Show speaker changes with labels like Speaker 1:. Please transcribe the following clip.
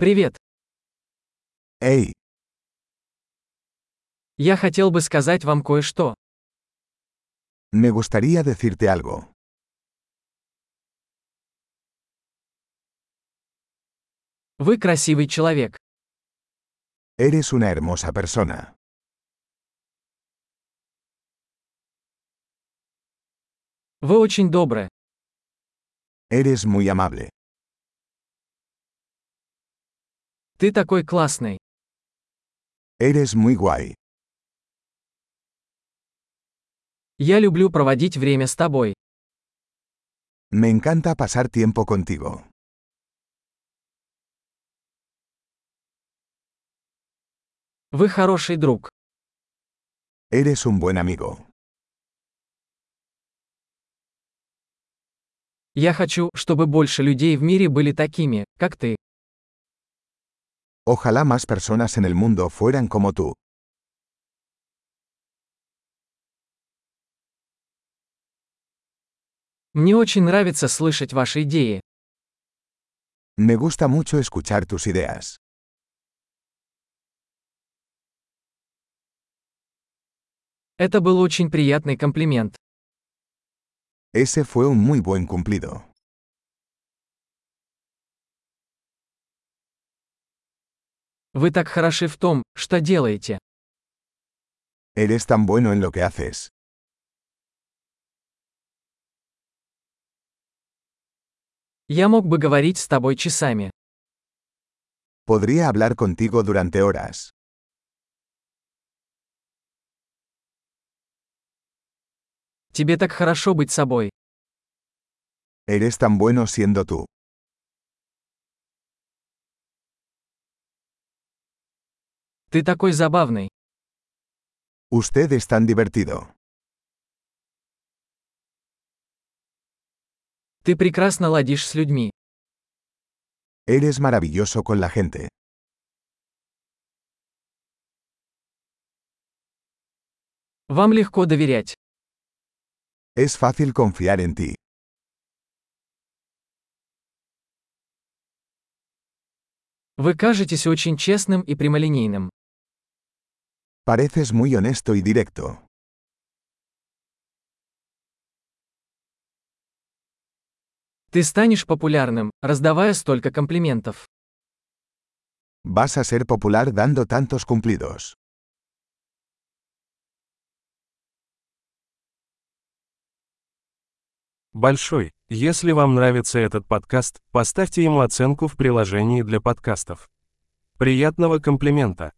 Speaker 1: Привет.
Speaker 2: Эй,
Speaker 1: Я хотел бы сказать вам кое-что.
Speaker 2: me gustaría decirte algo.
Speaker 1: Вы красивый человек.
Speaker 2: Eres una hermosa persona.
Speaker 1: Вы очень добры.
Speaker 2: Eres muy amable.
Speaker 1: Ты такой классный.
Speaker 2: Eres muy guay.
Speaker 1: Я люблю проводить время с тобой.
Speaker 2: Me encanta pasar tiempo contigo.
Speaker 1: Вы хороший друг.
Speaker 2: Eres un buen amigo.
Speaker 1: Я хочу, чтобы больше людей в мире были такими, как ты.
Speaker 2: Ojalá más personas en el mundo fueran como tú.
Speaker 1: Мне очень нравится слышать ваши идеи.
Speaker 2: Me gusta mucho escuchar tus ideas.
Speaker 1: Это был очень приятный комплимент.
Speaker 2: Ese fue un muy buen cumplido.
Speaker 1: Вы так хороши в том, что делаете.
Speaker 2: Eres tan bueno en lo que haces.
Speaker 1: Я мог бы говорить с тобой часами.
Speaker 2: Podría hablar contigo durante horas.
Speaker 1: Тебе так хорошо быть собой.
Speaker 2: Eres tan bueno siendo tú.
Speaker 1: Ты такой забавный.
Speaker 2: Usted es tan divertido.
Speaker 1: Ты прекрасно ладишь с людьми.
Speaker 2: Eres maravilloso con la gente.
Speaker 1: Вам легко доверять.
Speaker 2: Es fácil confiar en ti.
Speaker 1: Вы кажетесь очень честным и прямолинейным.
Speaker 2: Pareces muy honesto y directo.
Speaker 1: Ты станешь популярным, раздавая столько комплиментов.
Speaker 2: Vas a ser popular dando tantos cumplidos.
Speaker 3: Большой, если вам нравится этот подкаст, поставьте ему оценку в приложении для подкастов. Приятного комплимента!